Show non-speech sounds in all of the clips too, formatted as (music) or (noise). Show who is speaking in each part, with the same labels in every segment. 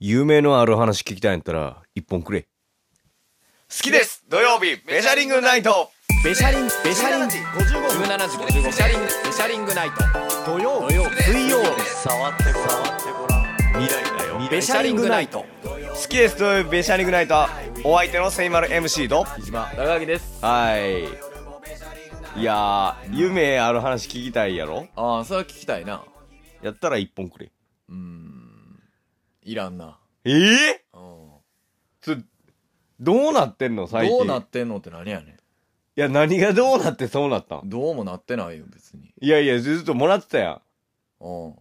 Speaker 1: 有名のある話聞きたいんやったら、一本くれ。
Speaker 2: 好きです土曜日ベシャリングナイト
Speaker 3: ベシャリンベシャリン時
Speaker 2: 55分
Speaker 3: 17時55ベシャリンベシャリングナイト
Speaker 2: 土曜
Speaker 3: 水曜
Speaker 2: 触って触ってごらん未来だよ
Speaker 3: ベシャリングナイト
Speaker 2: 好きです土曜日ベシャリングナイトお相手のセイマル MC と
Speaker 3: 長木です
Speaker 1: はい。いやー、夢ある話聞きたいやろ
Speaker 3: ああそれは聞きたいな
Speaker 1: やったら一本くれ。
Speaker 3: うーんいらんな
Speaker 1: ええ
Speaker 3: うん
Speaker 1: つ、どうなってんの最近。
Speaker 3: どうなってんのって何やね
Speaker 1: いや、何がどうなってそうなったん
Speaker 3: んどうもなってないよ別に
Speaker 1: いやいや、ずっともらってたやん。
Speaker 3: うん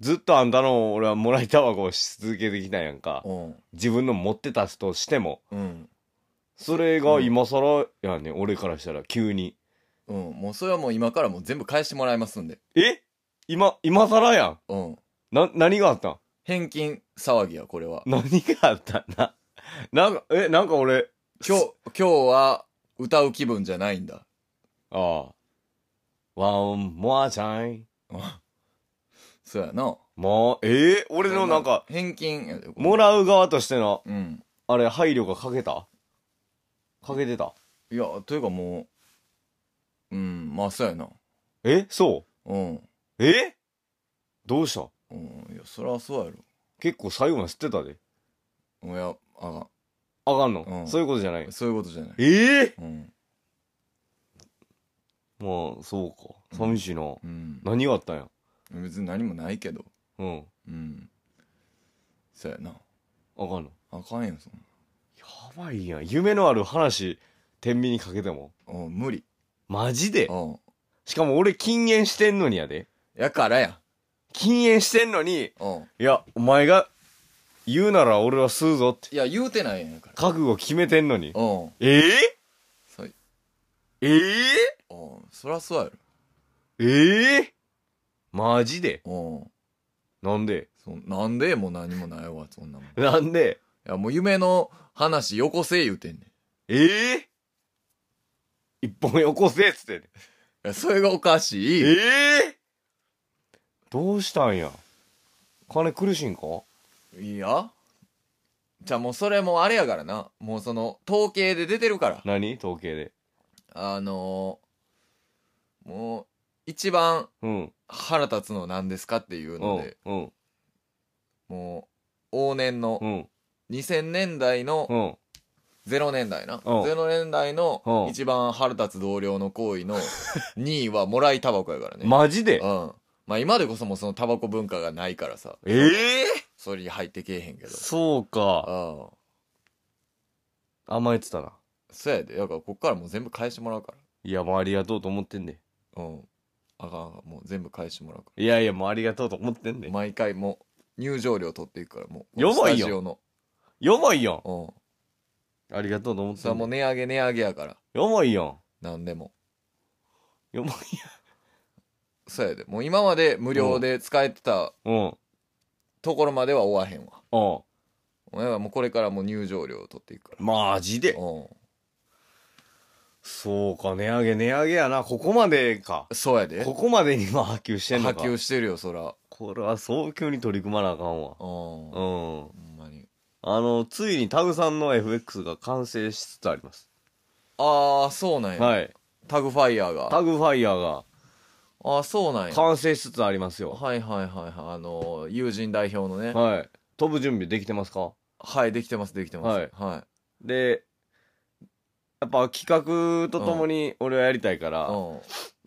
Speaker 1: ずっとあんたの俺はもらいタバコをし続けてきたやんか。
Speaker 3: うん
Speaker 1: 自分の持ってたとしても。
Speaker 3: うん
Speaker 1: それが今更やね、俺からしたら急に。
Speaker 3: うんもうそれはもう今からもう全部返してもらいますんで
Speaker 1: え今、今更やん。
Speaker 3: うん
Speaker 1: な、何があったん
Speaker 3: 返金騒ぎやこれは
Speaker 1: 何があったんな。 (laughs) なんか、え、なんか俺、
Speaker 3: 今日今日は歌う気分じゃないんだ
Speaker 1: ああ。One more time.
Speaker 3: そうやな
Speaker 1: もう、ええ俺のなんか、
Speaker 3: 返金やでこれ
Speaker 1: もらう側としての、
Speaker 3: うん
Speaker 1: あれ、配慮が欠けた欠けてた。
Speaker 3: いやというかもううんまあそうやな
Speaker 1: えそ
Speaker 3: うん
Speaker 1: うえどうした
Speaker 3: うんいやそりゃそうやろ
Speaker 1: 結構最後まで吸ってたで。
Speaker 3: いやあ
Speaker 1: あかんの、
Speaker 3: うん
Speaker 1: そういうことじゃない。
Speaker 3: そういうことじゃない
Speaker 1: ええ
Speaker 3: うん
Speaker 1: まあ、そうか。寂しいな。
Speaker 3: うん
Speaker 1: 何があったんや。
Speaker 3: 別に何もないけど
Speaker 1: うん。
Speaker 3: うんそうやな
Speaker 1: あかんの。
Speaker 3: あかんやんそん
Speaker 1: やばいやん。夢のある話、天秤にかけても。
Speaker 3: なうん無理
Speaker 1: マジで
Speaker 3: うん
Speaker 1: しかも俺禁煙してんのにやで。
Speaker 3: やからや
Speaker 1: 禁煙してんのに、
Speaker 3: うん
Speaker 1: いや、お前が言うなら俺は吸うぞって。
Speaker 3: いや言うてないやんやから
Speaker 1: 覚悟決めてんのに。
Speaker 3: うん
Speaker 1: ええ
Speaker 3: そうい
Speaker 1: ええ
Speaker 3: うんそりゃそうや
Speaker 1: ええマジで
Speaker 3: ろうん
Speaker 1: なんで
Speaker 3: そんなんでもう何もないわそんなもんい
Speaker 1: なんで
Speaker 3: やもう夢の話よこせ言うてんねんい
Speaker 1: ええ一本よこせっつってんね
Speaker 3: やそれがおかしい
Speaker 1: ええどうしたんや金苦しいんか
Speaker 3: いやじゃあもうそれもあれやからなもうその統計で出てるから
Speaker 1: 何統計で。
Speaker 3: あのーもう一番
Speaker 1: うん。
Speaker 3: 腹立つの何ですかっていう
Speaker 1: う
Speaker 3: の
Speaker 1: ん
Speaker 3: で。
Speaker 1: うん。
Speaker 3: もう往年の
Speaker 1: うん。
Speaker 3: 2000年代の
Speaker 1: うん。
Speaker 3: 0年代な
Speaker 1: うん
Speaker 3: 0年代の
Speaker 1: うん
Speaker 3: 一番腹立つ同僚の行
Speaker 1: (laughs)
Speaker 3: 為の2位はもらいタバコやからね
Speaker 1: マジで
Speaker 3: うんまあ今でこそもうそのタバコ文化がないからさ
Speaker 1: ええ
Speaker 3: それに入ってけえへんけど
Speaker 1: そうか。
Speaker 3: ああ
Speaker 1: 甘えてたな。
Speaker 3: そうやでだからこっからもう全部返してもらうから
Speaker 1: いや、もうありがとうと思ってんで。
Speaker 3: うん。あかんあかんもう全部返してもらうか
Speaker 1: いやいや、もうありがとうと思ってん
Speaker 3: ら。
Speaker 1: で。
Speaker 3: 毎回もう入場料取っていくから、もう。
Speaker 1: やばいやん
Speaker 3: スタジオの。
Speaker 1: やばいやん。
Speaker 3: うん。
Speaker 1: ありがとうと思って
Speaker 3: それはもう値上げ値上げやから。
Speaker 1: やばいやん。
Speaker 3: なんでも。
Speaker 1: やばい
Speaker 3: そうやで。もう今まで無料で使えてた
Speaker 1: やん。うん。
Speaker 3: ところまでは終わへんわ。
Speaker 1: うん。
Speaker 3: だからもうこれからもう入場料取っていくから。
Speaker 1: マジで
Speaker 3: うん。
Speaker 1: そうか、値上げ値上げやな。ここまでか。
Speaker 3: そうやで。
Speaker 1: ここまでに今波及してん
Speaker 3: 波
Speaker 1: のか。
Speaker 3: 及してるよ、そら。
Speaker 1: これは早急に取り組まなあかんわ。
Speaker 3: うん。
Speaker 1: うん。
Speaker 3: ほんまに。
Speaker 1: あの、ついにタグさんの FX が完成しつつあります。
Speaker 3: ああ、そうなんや。
Speaker 1: はい。
Speaker 3: タグファイヤーが。
Speaker 1: タグファイヤーが
Speaker 3: ああ、そうなんや。は
Speaker 1: 完成しつつありますよ。
Speaker 3: いはいはいはい。あのー、友人代表のね。
Speaker 1: はい。飛ぶ準備できてますか
Speaker 3: はい、できてます、できてます。
Speaker 1: はい
Speaker 3: はい。
Speaker 1: で、やっぱ企画とともに俺はやりたいから、
Speaker 3: うん。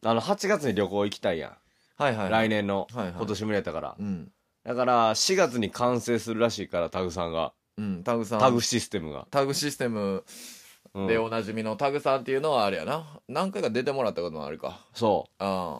Speaker 1: あの、8月に旅行行きたいやん。
Speaker 3: はいはい、
Speaker 1: 来。年の、
Speaker 3: はいはい
Speaker 1: 今年もやったから。
Speaker 3: うん。
Speaker 1: だから、4月に完成するらしいから、タグさんが。
Speaker 3: うん、タグさん。
Speaker 1: タグシステムが。
Speaker 3: タグシステム
Speaker 1: うん
Speaker 3: でおなじみのタグさんっていうのはあれやな。何回か出てもらったこともあるか。
Speaker 1: そ
Speaker 3: あ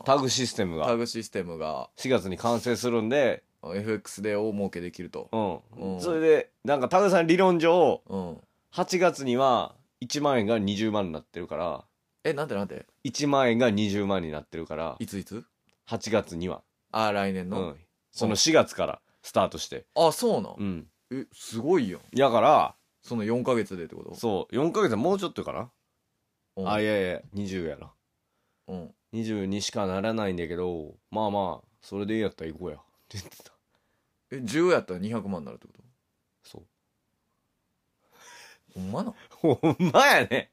Speaker 1: う。
Speaker 3: あ。
Speaker 1: タグシステム
Speaker 3: タ
Speaker 1: が
Speaker 3: グシステムが
Speaker 1: 4月に完成するんで、
Speaker 3: FX で大儲けできると。
Speaker 1: うん。
Speaker 3: うん
Speaker 1: それで、なんかタグさん理論上、
Speaker 3: うん。
Speaker 1: 8月には1万円が20万になってるから、
Speaker 3: え、なんてなんて
Speaker 1: 1万円が20万になってるから、
Speaker 3: いついつ
Speaker 1: 8月には。
Speaker 3: ああ、来年
Speaker 1: う
Speaker 3: の。
Speaker 1: ん。その4月からスタートして。
Speaker 3: ああ、そうなん、
Speaker 1: うん。
Speaker 3: え、すごいよ。
Speaker 1: だから、
Speaker 3: その4ヶ月でってこと
Speaker 1: そう、4ヶ月はもうちょっとかな。
Speaker 3: うん。
Speaker 1: あ、いやいや、20やな。
Speaker 3: うん。
Speaker 1: 20にしかならないんだけど、まあまあ、それでいいやったら行こうや。って言ってた。
Speaker 3: え、10やったら200万になるってこと
Speaker 1: そう。
Speaker 3: ほんまな
Speaker 1: ほんまやね。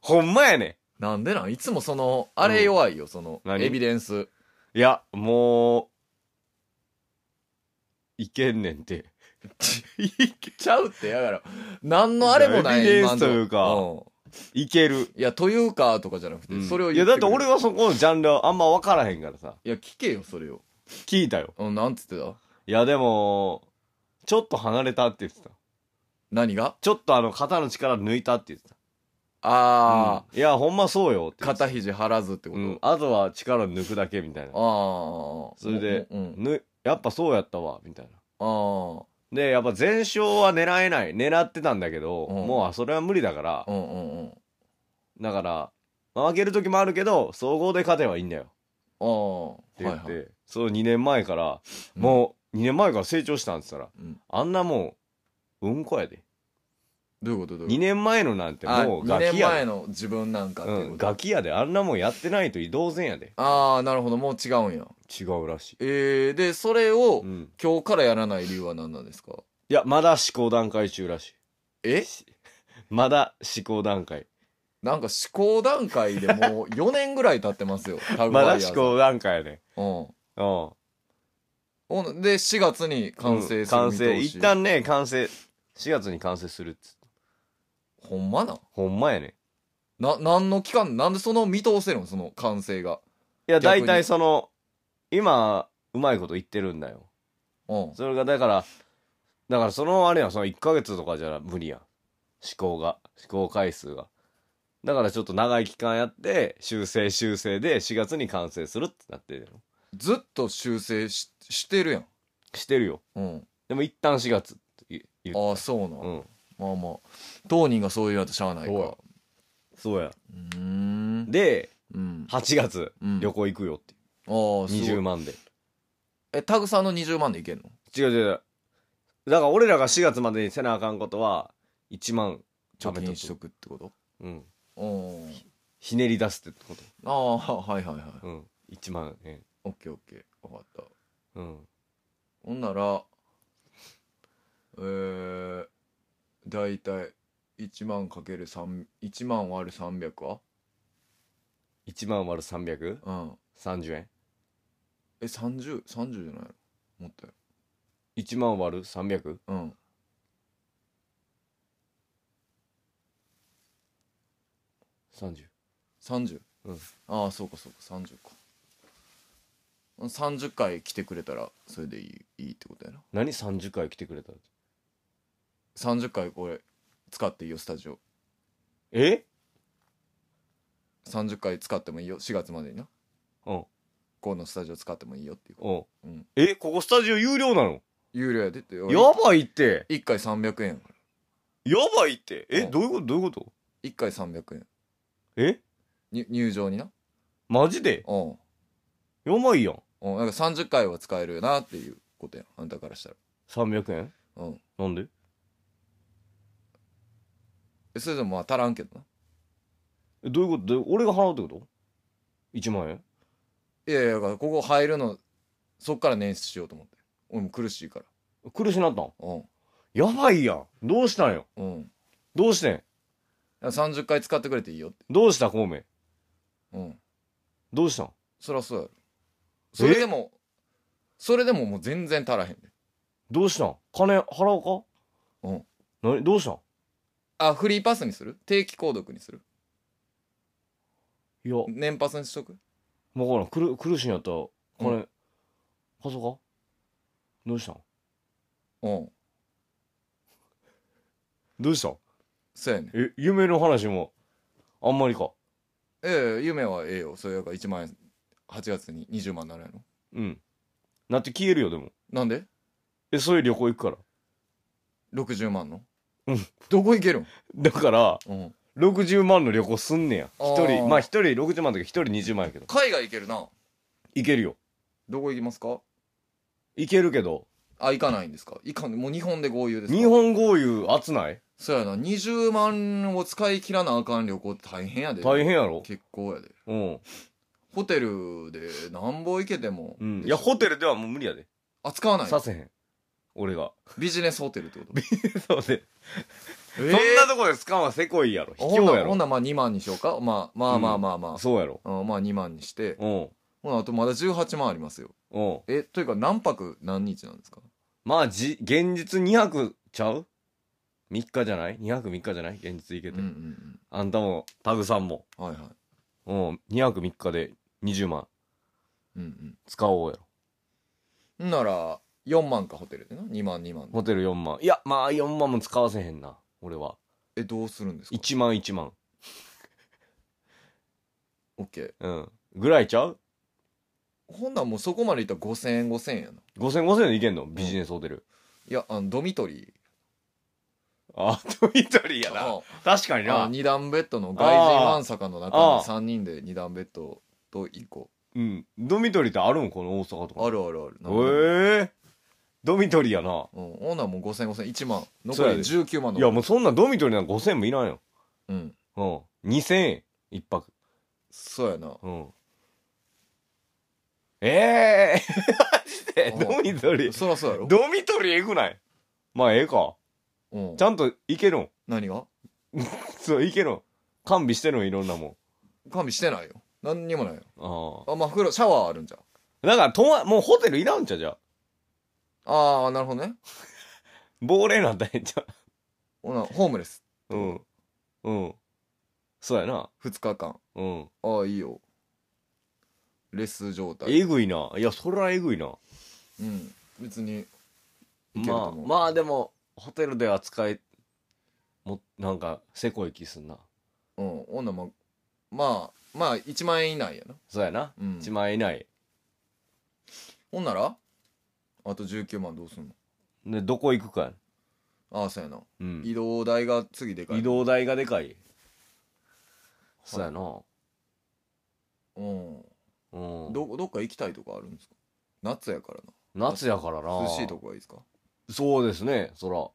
Speaker 1: ほんまやね。
Speaker 3: なんでなんいつもその、あれ弱いよ、その、
Speaker 1: 何
Speaker 3: エビデンス。
Speaker 1: いや、もう、いけんねん (laughs) て。
Speaker 3: ちゃうって、だから、何のあれもない。
Speaker 1: エビデンス
Speaker 3: 今の
Speaker 1: というか
Speaker 3: うん
Speaker 1: いける。
Speaker 3: いや、というか、とかじゃなくて、それを
Speaker 1: いや、だって俺
Speaker 3: は。
Speaker 1: はそこのジャンルはあんま分からへんからさ。
Speaker 3: いや、聞けよ、それを。
Speaker 1: 聞いたよ。
Speaker 3: うん、なんつってた
Speaker 1: いや、でも、ちょっと離れたって言ってた。
Speaker 3: 何が
Speaker 1: ちょっとあの、肩の力抜いたって言ってた。
Speaker 3: ああ、
Speaker 1: うんいや、ほんまそうよって言ってた。
Speaker 3: 肩肘張らずってこ
Speaker 1: う
Speaker 3: と、
Speaker 1: ん。あとは力抜くだけみたいな。
Speaker 3: ああ。
Speaker 1: それで
Speaker 3: ううん。
Speaker 1: ぬやっぱそうやったわ、みたいな。
Speaker 3: あ
Speaker 1: で、やっぱ全勝は狙えない。狙ってたんだけど、
Speaker 3: うん
Speaker 1: もうあそれは無理だから
Speaker 3: あ。、うんうんうん。
Speaker 1: だから、まあ負ける時もあるけど、総合で勝てばいいんだよ。
Speaker 3: ああ。は
Speaker 1: って
Speaker 3: い
Speaker 1: 言
Speaker 3: は
Speaker 1: って、
Speaker 3: い。
Speaker 1: その2年前から、
Speaker 3: うん
Speaker 1: もう2年前から成長したんですから、
Speaker 3: うん
Speaker 1: あんなもう、うんこやで。
Speaker 3: どういうことどう
Speaker 1: 2
Speaker 3: いうこ
Speaker 1: 年前のなんて
Speaker 3: とあ
Speaker 1: もう
Speaker 3: 2
Speaker 1: ガキ
Speaker 3: 年
Speaker 1: や
Speaker 3: 前
Speaker 1: で。、
Speaker 3: の自分なんかっていううんこと。
Speaker 1: ガキやで。あんなもんやってないと移動前やで。
Speaker 3: ああ、なるほど。もう違うんや。
Speaker 1: 違うらしい。
Speaker 3: えー、で、それを、
Speaker 1: うん。
Speaker 3: 今日からやらない理由は何なんですか
Speaker 1: いや、まだ試行段階中らしい。
Speaker 3: え
Speaker 1: (laughs) まだ試行段階。
Speaker 3: なんか試行段階でもう4年ぐらい経ってますよ。タグ
Speaker 1: ま
Speaker 3: ワ
Speaker 1: だ
Speaker 3: イヤ
Speaker 1: 試
Speaker 3: ーズ。
Speaker 1: 行段階やね。
Speaker 3: うん。
Speaker 1: うん。
Speaker 3: ほんで、4月に完成する
Speaker 1: 完
Speaker 3: 見通し。
Speaker 1: 成一旦ね完成4月に完成するっつ
Speaker 3: ほんまな。
Speaker 1: ほんまやね
Speaker 3: な、何の期間、なんでその見通せるのその完成が。
Speaker 1: いや
Speaker 3: 逆に
Speaker 1: 大体その今うまいこと言ってるんだよ
Speaker 3: うん。
Speaker 1: それがだからだからそのあれやんその1ヶ月とかじゃ無理やん試行が試行回数がだからちょっと長い期間やって修正修正で4月に完成するってなってるよ
Speaker 3: ずっと修正ししてるやん。
Speaker 1: してるよ
Speaker 3: うん。
Speaker 1: でも一旦4月って言う
Speaker 3: ああ、そうな。、
Speaker 1: うんん
Speaker 3: まあまあ。当人がそういうやつしゃあないか。
Speaker 1: そう
Speaker 3: う
Speaker 1: やそうや
Speaker 3: ーん。
Speaker 1: で
Speaker 3: うん。
Speaker 1: 8月
Speaker 3: うん
Speaker 1: 旅行行くよって
Speaker 3: ああ、す
Speaker 1: 20
Speaker 3: ごい。
Speaker 1: 万で
Speaker 3: え、タグさんの20万でいけんの
Speaker 1: 違う違う違うだから俺らが4月までにせなあかんことは1万貯
Speaker 3: 貯
Speaker 1: めと
Speaker 3: 金
Speaker 1: く
Speaker 3: しとくってこと
Speaker 1: うん、
Speaker 3: うん。
Speaker 1: ひねり出すってこ
Speaker 3: ああ、はいはいはい。
Speaker 1: と、うん、1万円、
Speaker 3: オッケーオッケー。わかった。
Speaker 1: うん、
Speaker 3: ほんなら、えー、だいたい1万かける3、1万割る300は
Speaker 1: 1万割る330
Speaker 3: うん。
Speaker 1: 円
Speaker 3: え、30?30 30じゃないのもったよ。
Speaker 1: 1万割る300
Speaker 3: うん。
Speaker 1: 30
Speaker 3: 30?
Speaker 1: うん
Speaker 3: ああ、そうかそうか、30か。30回来てくれたら、それでいいいいってことやな。
Speaker 1: 何30回来てくれた
Speaker 3: 30回これ、使っていいよ、スタジオ。
Speaker 1: え
Speaker 3: 30回使ってもいいよ、4月までにな。
Speaker 1: うん
Speaker 3: このスタジオ使ってもいいよっていう。
Speaker 1: うん
Speaker 3: うん。
Speaker 1: えここスタジオ有料なの
Speaker 3: 有料やでって。や
Speaker 1: やばいって
Speaker 3: 1回300円やから。
Speaker 1: やばいってえ
Speaker 3: うん
Speaker 1: どういうことどういうこと
Speaker 3: 1回300円。
Speaker 1: え
Speaker 3: に入場にな。
Speaker 1: マジで
Speaker 3: うん。
Speaker 1: やばいやん
Speaker 3: うん。なんか30回は使えるよなっていうことやん。あんたからしたら。
Speaker 1: 300円
Speaker 3: うん。
Speaker 1: なんで
Speaker 3: えそれでもまあ足らんけどな。
Speaker 1: えどういうことどう俺が払うってこと ?1 万円
Speaker 3: いやいや、だからここ入るの、そっから捻出しようと思って。俺も苦しいから。
Speaker 1: 苦しなったん
Speaker 3: うん。
Speaker 1: やばいやん。どうしたんよ。
Speaker 3: うん。
Speaker 1: どうしてん。
Speaker 3: だから30回使ってくれていいよって。
Speaker 1: どうした、孔明。
Speaker 3: うん。
Speaker 1: どうしたん
Speaker 3: そりゃそうやろ。それでも、それでももう全然足らへんで。
Speaker 1: どうしたん金払おうかうん。何どうしたん
Speaker 3: あ、フリーパスにする定期購読にする
Speaker 1: いや、わか
Speaker 3: 年パスにしとく
Speaker 1: らん。くる、苦しいんやったら、金、
Speaker 3: う
Speaker 1: 貸そうかどうしたん
Speaker 3: うん。
Speaker 1: どうしたん
Speaker 3: そうやねん。
Speaker 1: え、夢の話も、あんまりか。
Speaker 3: ええ、夢はええよ。それやから1万円、8月に20万ならやの。
Speaker 1: うん。なって消えるよ、でも。
Speaker 3: なんで
Speaker 1: え、そういう旅行行くから。
Speaker 3: 60万の
Speaker 1: うん
Speaker 3: どこ行けるん
Speaker 1: だから、
Speaker 3: うん
Speaker 1: 60万の旅行すんねや。
Speaker 3: あー
Speaker 1: 一人、まあ一人60万だけど、一人20万やけど。
Speaker 3: 海外行けるな
Speaker 1: 行けるよ。
Speaker 3: どこ行きますか
Speaker 1: 行けるけど、
Speaker 3: あ行かないんですか行かんもう日本で豪遊ですか
Speaker 1: 日本豪遊熱ない
Speaker 3: そうやな20万を使い切らなあかん旅行って大変やで
Speaker 1: 大変やろ
Speaker 3: 結構やで
Speaker 1: うん。
Speaker 3: ホテルでなんぼ行けても、
Speaker 1: うん。いや、ホテルではもう無理やで。
Speaker 3: あ使わない
Speaker 1: させへん。俺
Speaker 3: (laughs)
Speaker 1: が
Speaker 3: ビジネスホテルってこと
Speaker 1: そうね、
Speaker 3: そ
Speaker 1: そ
Speaker 3: ん
Speaker 1: んなとこで使うのはせこいやろ卑怯や
Speaker 3: ほん
Speaker 1: ろ
Speaker 3: ならまあ2万にしようかまあまあまあまあまあ、
Speaker 1: そうやろ
Speaker 3: うんまあ2万にして
Speaker 1: うん
Speaker 3: ほなあとまだ18万ありますよ
Speaker 1: うん
Speaker 3: えというか何泊何日なんですか
Speaker 1: まあじ現実2泊ちゃう ?3 日じゃない ?2 泊3日じゃない現実いけ
Speaker 3: うん
Speaker 1: て、
Speaker 3: うんうん
Speaker 1: あんたもタグさんも
Speaker 3: はいはい
Speaker 1: うん2泊3日で20万
Speaker 3: うん
Speaker 1: 使おうやろ
Speaker 3: うんなら4万かホテルでな2万2万で
Speaker 1: ホテル4万いやまあ4万も使わせへんな俺は
Speaker 3: えどうするんですか
Speaker 1: 1万1万
Speaker 3: オッケー
Speaker 1: うんぐらいちゃう
Speaker 3: ほんならもうそこまでいったら5000円5000円やな
Speaker 1: ?5000、5000でいけんのビジネスホテル。
Speaker 3: いやあのドミトリ
Speaker 1: あ、ドミトリー
Speaker 3: ー
Speaker 1: や (laughs) な。確かに
Speaker 3: あ
Speaker 1: な
Speaker 3: の。二段ベッドの外人万坂の中に3人で二段ベッドと1個
Speaker 1: うん。ドミトリーってあるんこの大阪とか。
Speaker 3: あるあるある
Speaker 1: ええドミトリーやな。
Speaker 3: うん、ほんならもう5000、5000、1万。
Speaker 1: そう
Speaker 3: 残
Speaker 1: や
Speaker 3: り
Speaker 1: で
Speaker 3: 19万の。
Speaker 1: いや、もうそんなんドミトリーなんか5000もいらんよ。
Speaker 3: うん。
Speaker 1: うん。2000円。一泊。
Speaker 3: そうやな。
Speaker 1: うん。ええマジで
Speaker 3: う
Speaker 1: ド
Speaker 3: ん
Speaker 1: ミトリー。 (laughs)
Speaker 3: そらそうやろ。
Speaker 1: ドミトリーえぐないまあ、ええか。
Speaker 3: うん
Speaker 1: ち。ゃんといけるん。
Speaker 3: 何が
Speaker 1: そう、いけるん。完備してるん、いろんなもん。
Speaker 3: 完備してないよ。何にもないよ。
Speaker 1: あ
Speaker 3: あ、まあ、風呂、シャワーあるんじゃん。
Speaker 1: あ。だから、とわ、もうホテルいらんちゃうじゃあ。
Speaker 3: ああ、なるほどね。
Speaker 1: 亡霊なんだねじゃ
Speaker 3: ほな、ホームレス。
Speaker 1: う。うん。うん。そうやな。
Speaker 3: 2日間。
Speaker 1: うん。
Speaker 3: ああ、いいよ。レス状態。
Speaker 1: えぐいな。いや、それはえぐいな。
Speaker 3: うん。別に。いけると
Speaker 1: まあ、
Speaker 3: 思う
Speaker 1: まあでも、ホテルでは使い、も、なんか、せこい気すんな。
Speaker 3: うん。ほんならまあ、まあ、まあ、1万円以内やな。
Speaker 1: そうやな。
Speaker 3: うん。
Speaker 1: 1万円以内。
Speaker 3: ほんならあと19万どうすんの
Speaker 1: で、どこ行くかや。
Speaker 3: ああ、そうやな。
Speaker 1: うん。
Speaker 3: 移動代が次でかい。
Speaker 1: 移。動代がでかい。そうやな。
Speaker 3: うん。
Speaker 1: うん。
Speaker 3: どどっか行きたいとかあるんですか夏やからな
Speaker 1: 夏やからな。
Speaker 3: 涼しいとこがいいですか
Speaker 1: そうですね、そら。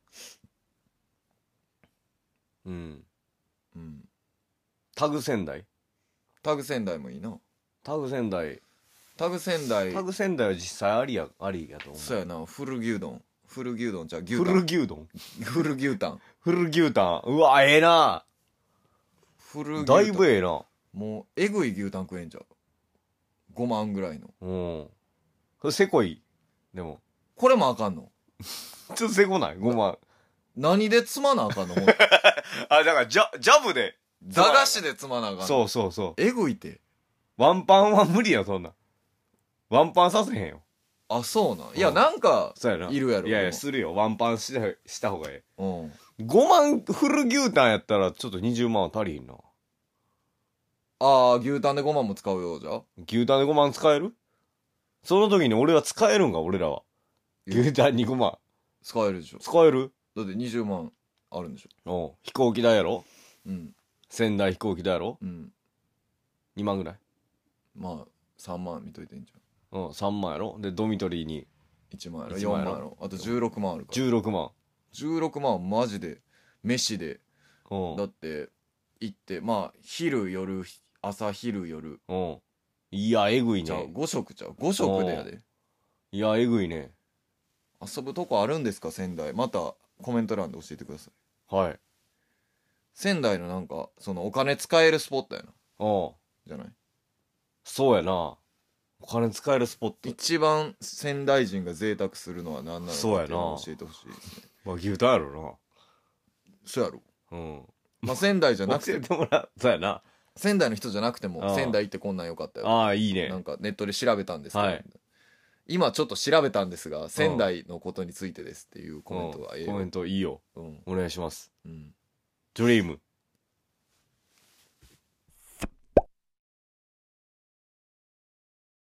Speaker 1: うん。
Speaker 3: うん
Speaker 1: タグ仙台
Speaker 3: タグ仙台もいいな
Speaker 1: タグ仙台。
Speaker 3: タグ仙台
Speaker 1: タグ仙台は実際ありや、ありやと思う。
Speaker 3: そうやなフル牛丼フル牛丼じゃう牛
Speaker 1: フル
Speaker 3: タン
Speaker 1: 牛丼
Speaker 3: フル牛タン
Speaker 1: フル牛タン。うわ、ええな。
Speaker 3: フル牛タン
Speaker 1: だいぶええな。
Speaker 3: もうえぐい牛タン食えんじゃう5万ぐらいの
Speaker 1: うん。それせこい。でも。
Speaker 3: これもあかんの
Speaker 1: ちょっとせこない ?5 万。
Speaker 3: 何でつまなあかん
Speaker 1: (laughs)
Speaker 3: のもう
Speaker 1: あ、だから、ジャ、ジャブで。
Speaker 3: 駄菓子でつまなあかんの
Speaker 1: そうそうそ
Speaker 3: えぐいて
Speaker 1: う。ワンパンは無理や、そんなん。ワンパンさせへんよ。
Speaker 3: あそうなんいや
Speaker 1: うん
Speaker 3: なんか
Speaker 1: そうやな。
Speaker 3: いるやろ
Speaker 1: いやい
Speaker 3: で
Speaker 1: や、
Speaker 3: も
Speaker 1: するよ。ワンパンした、した方がえ
Speaker 3: うん
Speaker 1: え。5万フル牛タンやったら、ちょっと20万は足りひんな。
Speaker 3: ああ牛タンで5万も使うようじゃ
Speaker 1: 牛タンで5万使えるその時に俺は使えるんか、俺らは。
Speaker 3: いや
Speaker 1: 牛タンに5万。
Speaker 3: 使えるでしょ
Speaker 1: 使える
Speaker 3: だって20万あるんでしょ
Speaker 1: うん。飛行機代やろ
Speaker 3: うん
Speaker 1: 仙台飛行機代やろ
Speaker 3: うん
Speaker 1: ?2 万ぐらい。
Speaker 3: まあ3万見といてんじゃ
Speaker 1: うん、3万やろで、ドミトリーに
Speaker 3: ん1万やろ
Speaker 1: 1
Speaker 3: 4
Speaker 1: 万
Speaker 3: 万
Speaker 1: や
Speaker 3: や
Speaker 1: ろ
Speaker 3: ろあと16万あるから
Speaker 1: 16万。
Speaker 3: 16万はマジで飯で
Speaker 1: うん。
Speaker 3: だって行ってまあ昼夜朝昼夜
Speaker 1: うん。いや、えぐい
Speaker 3: じゃあ
Speaker 1: ね。
Speaker 3: 5食ちゃう5食でやで
Speaker 1: いや、えぐいね。
Speaker 3: 遊ぶとこあるんですか仙台またコメント欄で教えてください
Speaker 1: はい。
Speaker 3: 仙台のなんかそのお金使えるスポットやな
Speaker 1: うん。
Speaker 3: じゃない
Speaker 1: そうやな。お金使えるスポット。
Speaker 3: 一番仙台人が贅沢するのは何なのかって
Speaker 1: そうやな
Speaker 3: いうのを教えてほしいですね
Speaker 1: まあ、牛タンやろ
Speaker 3: そうやろ
Speaker 1: な。うん。
Speaker 3: まあ仙台じ
Speaker 1: (laughs)
Speaker 3: ゃ
Speaker 1: 教
Speaker 3: なくて
Speaker 1: えてもらう。そうやな。
Speaker 3: 仙台の人じゃなくて
Speaker 1: あ
Speaker 3: も
Speaker 1: あ
Speaker 3: 仙台行ってこんなんよかったよ
Speaker 1: ああ、いい
Speaker 3: な
Speaker 1: ね。
Speaker 3: んかネットで調べたんですけど、
Speaker 1: はい
Speaker 3: 今ちょっと調べたんですが仙台のことについてですっていうコメントが
Speaker 1: う
Speaker 3: え
Speaker 1: ん
Speaker 3: え
Speaker 1: コメ
Speaker 3: よ
Speaker 1: ントいいよ。
Speaker 3: うん
Speaker 1: お願いします。
Speaker 3: うん
Speaker 1: ドリーム。